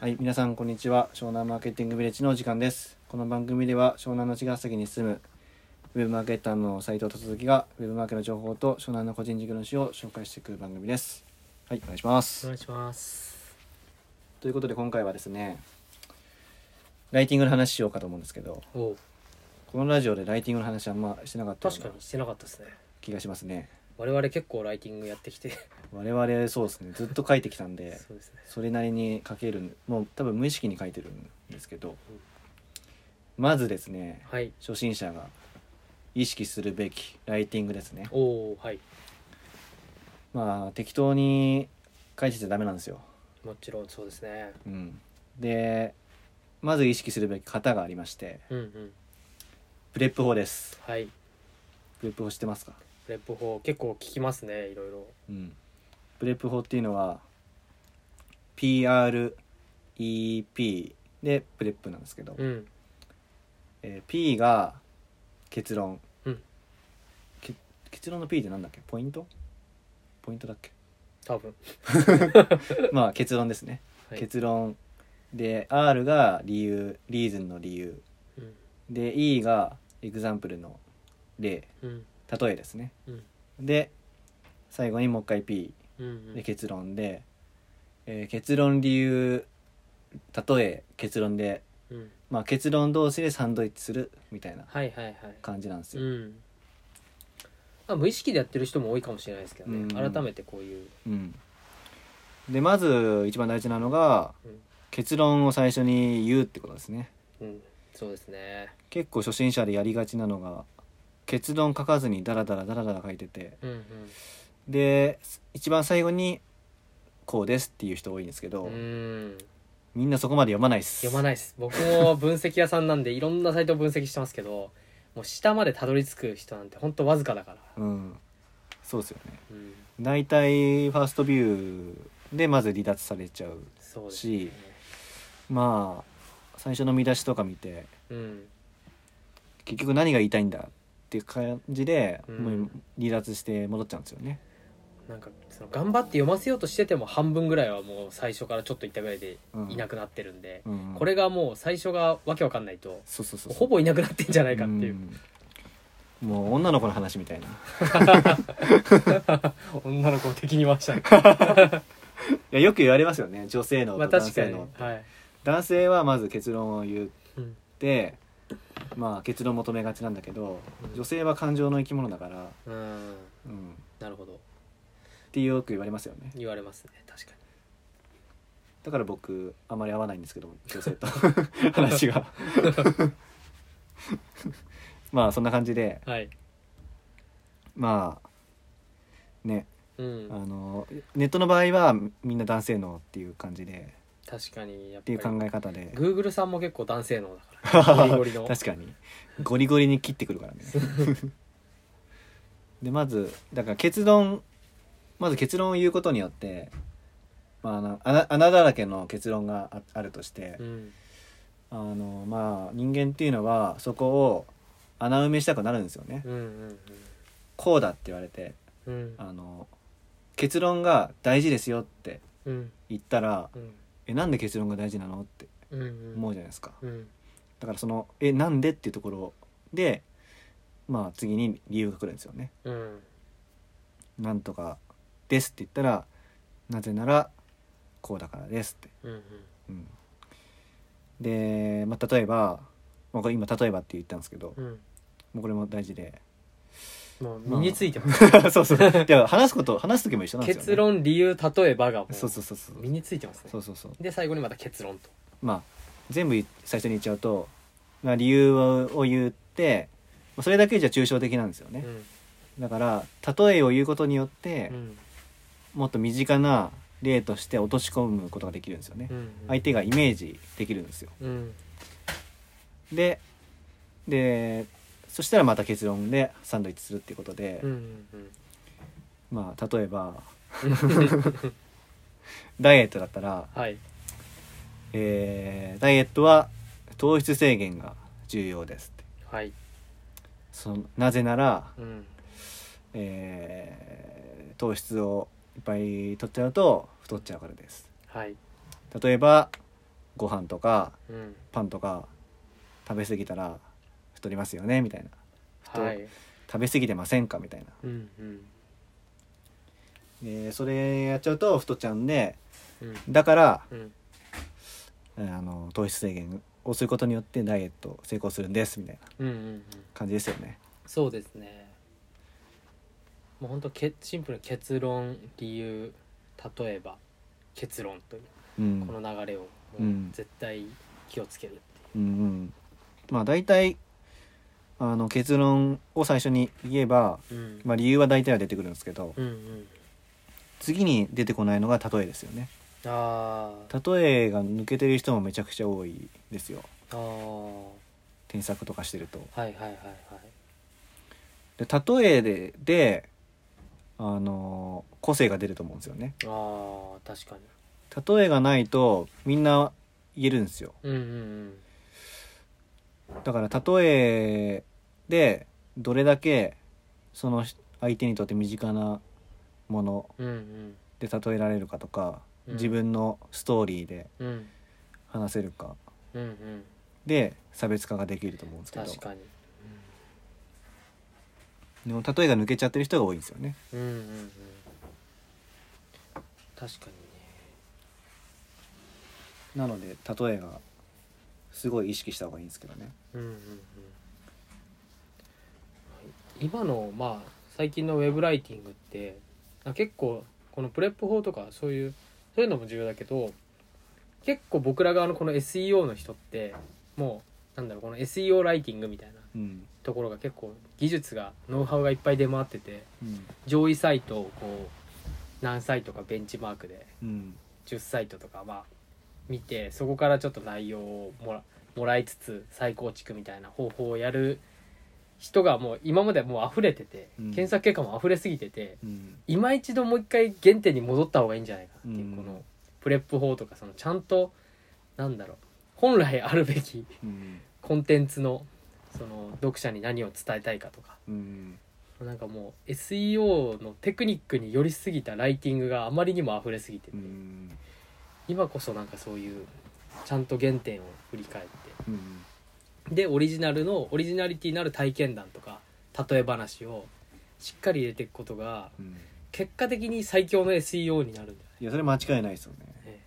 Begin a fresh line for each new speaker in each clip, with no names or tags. はい、皆さんこんにちは。湘南マーケティングビレッジのお時間です。この番組では湘南の茅ヶ崎に住むウェブマーケッターの斉藤達月がウェブマーケの情報と湘南の個人事業主を紹介していく番組です。はい、お願いしま
お
す。
願いします
ということで今回はですね、ライティングの話しようかと思うんですけど、
おう
このラジオでライティングの話あんましてなかったよ
確
う
か
な
にしてなかったですね
気がしますね。
我々結構ライティングやってきて
我々そうですね、ずっと書いてきたん で、
そうですね
それなりに書ける、もう多分無意識に書いてるんですけど、まずですね、
はい
初心者が意識するべきライティングですね
おおはい
まあ適当に書いてちゃダメなんですよ、
もちろんそうですね
うん、でまず意識するべき型がありまして
うんうん
プレップ法です
はい
プレップ法知ってますか、
プレップ法結構聞きますねいろいろ
うん、プレップ法っていうのは PREP でプレップなんですけど、
うん
えー P が結論、
うん
け結論の P ってなんだっけポイントポイントだっけ
多分
まあ結論ですね
はい、
結論で R が理由リーズンの理由
うん
で E がエグザンプルの例
うん
例えですね、
うん
で最後にもう一回 P
うんう
で
ん
結論で、えー結論理由例え結論で、
うん
まあ、結論同士でサンドイッチするみたいな
はいはいはい
感じなんです
う
よ、
んまあ無意識でやってる人も多いかもしれないですけどね
うん
改めてこういう
うんでまず一番大事なのが
うん
結論を最初に言うってことですね
うんそうですね
結構初心者でやりがちなのが結論書かずにダラダラダラダラ書いてて
うん
で一番最後に「こうです」っていう人多いんですけ
う
ど、
んうん
みんなそこまで読まないっす
読ま
ない
ないです僕も分析屋さんなんでいろんなサイトを分析してますけどもう下までたどり着く人なんてほんとわずかだから、
うんそうですよね
うん、
大体ファーストビューでまず離脱されちゃう
そうです
しまあ最初の見出しとか見て
うん
結局何が言いたいんだっていう感じで、
うん
もう離脱して戻っちゃうんですよね
なんかその頑張って読ませようとしてても半分ぐらいはもう最初からちょっといったぐらいで
うん
いなくなってるんで、
うん
これがもう最初がわけわかんないと
そうそうそうそう
ほぼいなくなってんじゃないかっていう、
うんもう女の子の話みたいな
女の子を敵に回した
いやよく言われますよね女性の
まあ
と
確
男
か
性
に
の、
はい、
男性はまず結論を言っ
うん、
てまあ結論求めがちなんだけど
うん
女性は感情の生き物だから、
うん
うん、
なるほど
ってよく言われますよね
言われますね確か
だから僕あまり合わないんですけど女 性と話がまあそんな感じで
にはい
まあね
う
あ
ん
のネットの場合はみんな男性のっていう感じで
確かにやっ
っていう
ぱ
考
り
え方で
Google さんも結構男性能だからゴリゴリの
確かにゴリゴリに切ってくるから ねでまずだから結論まず結論を言うことによって、まああの、穴穴だらけの結論がああるとして
う、ん
あのまあ人間っていうのはそこを穴埋めしたくなるんですよね、
うんうん
こうだって言われて
うんうん
あの結論が大事ですよって
うん
言ったら
うん
えなんで結論が大事なのって
うんうん
思うじゃないですか、
うん
だからその「えなんで?」っていうところでまあ次に理由が来るんですよね。
うん
なんとかですって言ったらなぜならこうだからですって。
うん
うん、で、まあ、例えば、まあ、これ今例えばって言ったんですけど
うんうん
もうこれも大事で
もう身についてます
そうそうで話すこと話す時も一緒なんですよ、ね。
結論理由例えばがも
そうそうそうそう
身についてますね
そうそうそう
で最後にまた結論と
まあ全部最初に言っちゃうと、まあ、理由を言ってまあそれだけじゃ抽象的なんですよね。
うん
だから例えを言うことによって、
うん
もっと身近な例として落とし込むことができるんですよね、
うん
相手がイメージできるんですよ
うん
ででそしたらまた結論でサンドイッチするっていうことで、
うんうん
まあ例えば ダイエットだったら、
はい
えーダイエットは糖質制限が重要ですって
はい
そのなぜなら、
うん
えー糖質をいっぱい取っちゃうと太っちゃうからです
はい
例えばご飯とか
うん
パンとか食べ過ぎたら太りますよねみたいな太
はい
食べ過ぎてませんかみたいな
うんうん
でそれやっちゃうと太っちゃうんで
うん
だから、
うん
えーあの糖質制限をすることによってダイエット成功するんですみたいな
うんうん
感じですよね
そうですねもう本当けシンプルに結論理由例えば結論という
う
こ
ん
の流れを
う
もうん絶対気をつけるって
うんうんまあ大体あの結論を最初に言えば、
いう、うん
まあ、理由は大体は出てくるんですけど
うんうん
次に出てこないのが例えですよね
あー
例えが抜けてる人もめちゃくちゃ多いですよ
あー
添削とかしてると
はいはいはいはい
で例えでであの個性が出ると思うんですよね
あー確かに
例えがないとみんな言えるんですよ
うんうん
だから例えでどれだけその相手にとって身近なもの
うんうん
で例えられるかとか、
うん
自分のストーリーで
うんうん
話せるか
うんうん
で差別化ができると思うんですけど
確かに
でも例えが抜けちゃってる人が多いんですよね
うんうんうんうん確かにね
なので例えがすごい意識した方がいいんですけどね
うんうんうん今のまあ最近のウェブライティングってあ結構このプレップ法とかそういうそういうのも重要だけど結構僕ら側のこの SEO の人ってもうなんだろうこの SEO ライティングみたいな
うん
ところが結構技術がノウハウがいっぱい出回ってて
うん
上位サイトをこう何サイトかベンチマークで
うん
10サイトとかまあ見てそこからちょっと内容をもらもらいつつ再構築みたいな方法をやる人がもう今までもう溢れてて、
うん
検索結果も溢れすぎてて
うん
今一度もう一回原点に戻った方がいいんじゃないかなっていう、
うん
このプレップ法とかそのちゃんとなんだろう本来あるべき
うん
コンテンツのその読者に何を伝えたいかとか
うん
なんかもう SEO のテクニックに寄りすぎたライティングがあまりにも溢れすぎてて、
うん
今こそなんかそういうちゃんと原点を振り返っ
うん
てでオリジナルのオリジナリティのある体験談とか例え話をしっかり入れていくことが
うん
結果的に最強の SEO になるんだ
いやそれ間違いないですよね
よね。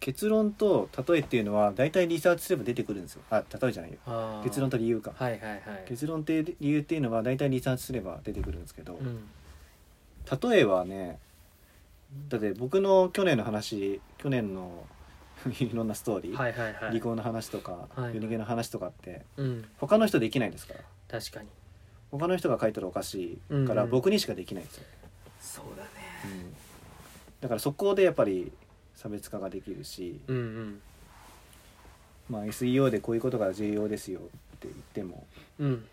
結論と例えっていうのは大体リサーチすれば出てくるんですよあ例えじゃないよ
あー
結論と理由か
はいはいはい。
結論って理由っていうのは大体リサーチすれば出てくるんですけど、
うん
例えばねだって僕の去年の話去年のいろんなストーリー、
はいはいはい。
離婚の話とか
はい
夜逃げの話とかって
うん
他の人できないですから
確かに
他の人が書いたらおかしいか
うん
ら
うん
僕にしかできないんですよ、
そうだね。
うんだからそこでやっぱり差別化ができるし、
うんうん
まあ、SEO でこういうことが重要ですよって言っても
うん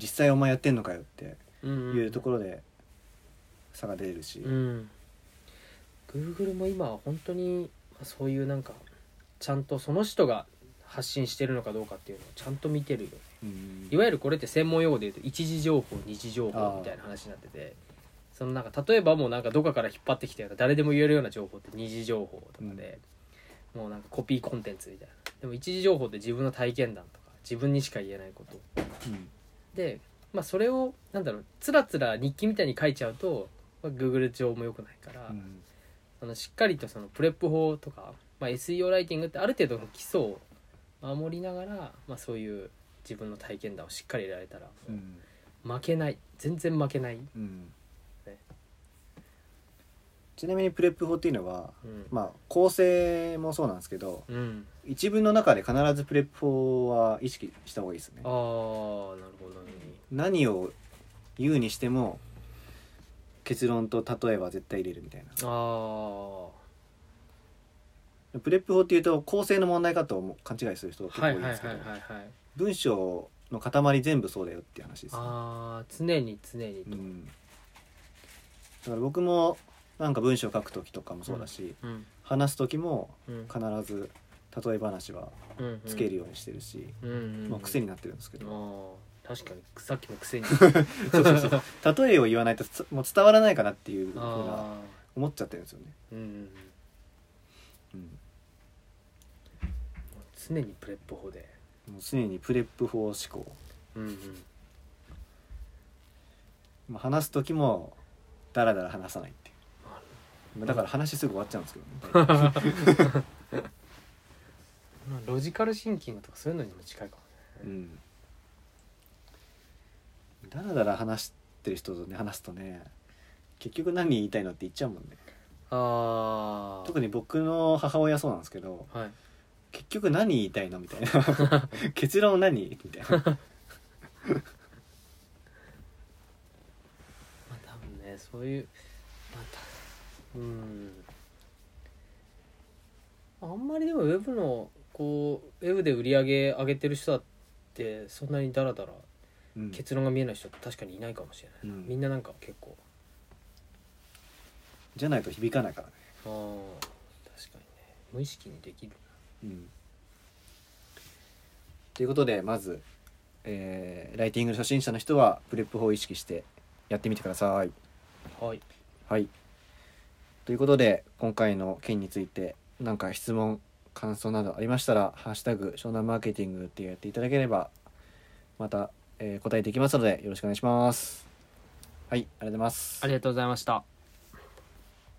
実際お前やってんのかよって
うん
いうところで差が出るし、
うん、Google も今は本当にまあそういうなんかちゃんとその人が発信してるのかどうかっていうのをちゃんと見てるよね
うん
いわゆるこれって専門用語で言うと一次情報二次情報みたいな話になっててそのなんか例えばもうなんかどこから引っ張ってきたような誰でも言えるような情報って二次情報とかで、もうなんかコピーコンテンツみたいなでも一次情報って自分の体験談とか自分にしか言えないこと
うん
で、まあ、それをなんだろうつらつら日記みたいに書いちゃうと、まあ、Google 上も良くないから、
うん
そのしっかりとそのプレップ法とか、まあ、SEO ライティングってある程度の基礎を守りながら、まあ、そういう自分の体験談をしっかり入れられたら、
うん
負けない全然負けない、うん
うん
ね
ちなみにプレップ法っていうのは、まあ、構成もそうなんですけど
うん、
一文の中で必ずプレップ法は意識した方がいいですね
ああなるほどね
何を言うにしても結論と例えは絶対入れるみたい
ああ
なプレップ法っていうと構成の問題かと思う勘違いする人が結構
は
多い
い
ん
はいはい
ですけ
は
ど
いはい
文章の塊全部そうだよっていう話ですね、
ああ常に常に
う
と、
ん、だから僕もなんか文章書く時とかもそうだし、
うん
話す時も
うん
必ず例え話は
うん、
つけるようにしてるし、
うん、うんうん、
まあ、癖になってるんですけ
あ
ど、
ー確かにさっきの癖に
そうそう そう例えを言わないとつもう伝わらないかなっていうふうな
あ
思っちゃってるんですよね、
ーうんうんうん
うん
常にプレップ法で
もう常にプレップ法思考、
うんうん
まあ、話す時もダラダラ話さないっていう、まあ、だから話すぐ終わっちゃうんですけど、ね、
まあロジカルシンキングとかそういうのにも近いかもね、
うんダラダラ話してる人とね話すとね結局何言いたいのって言っちゃうもんね
ああ
特に僕の母親そうなんですけど
はい
結局何言いたいのみたい な結論何みたいな
まあ多分ねそういうまたうんあんまりでもウェブのこうウェブで売り上げ上げてる人だってそんなにダラダラ
うん
結論が見えない人って確かにいないかもしれない、
うん
みんななんか結構
じゃないと響かないからね、
ああ確かにね無意識にできる
うん、ということでまず、えーライティング初心者の人はプレップ法を意識してやってみてください
はい
はいということで今回の件について何か質問感想などありましたら「ハッシュタグ湘南マーケティング」ってやっていただければまた、えー答えていきますのでよろしくお願いしますはいありがとうございます
ありがとうございました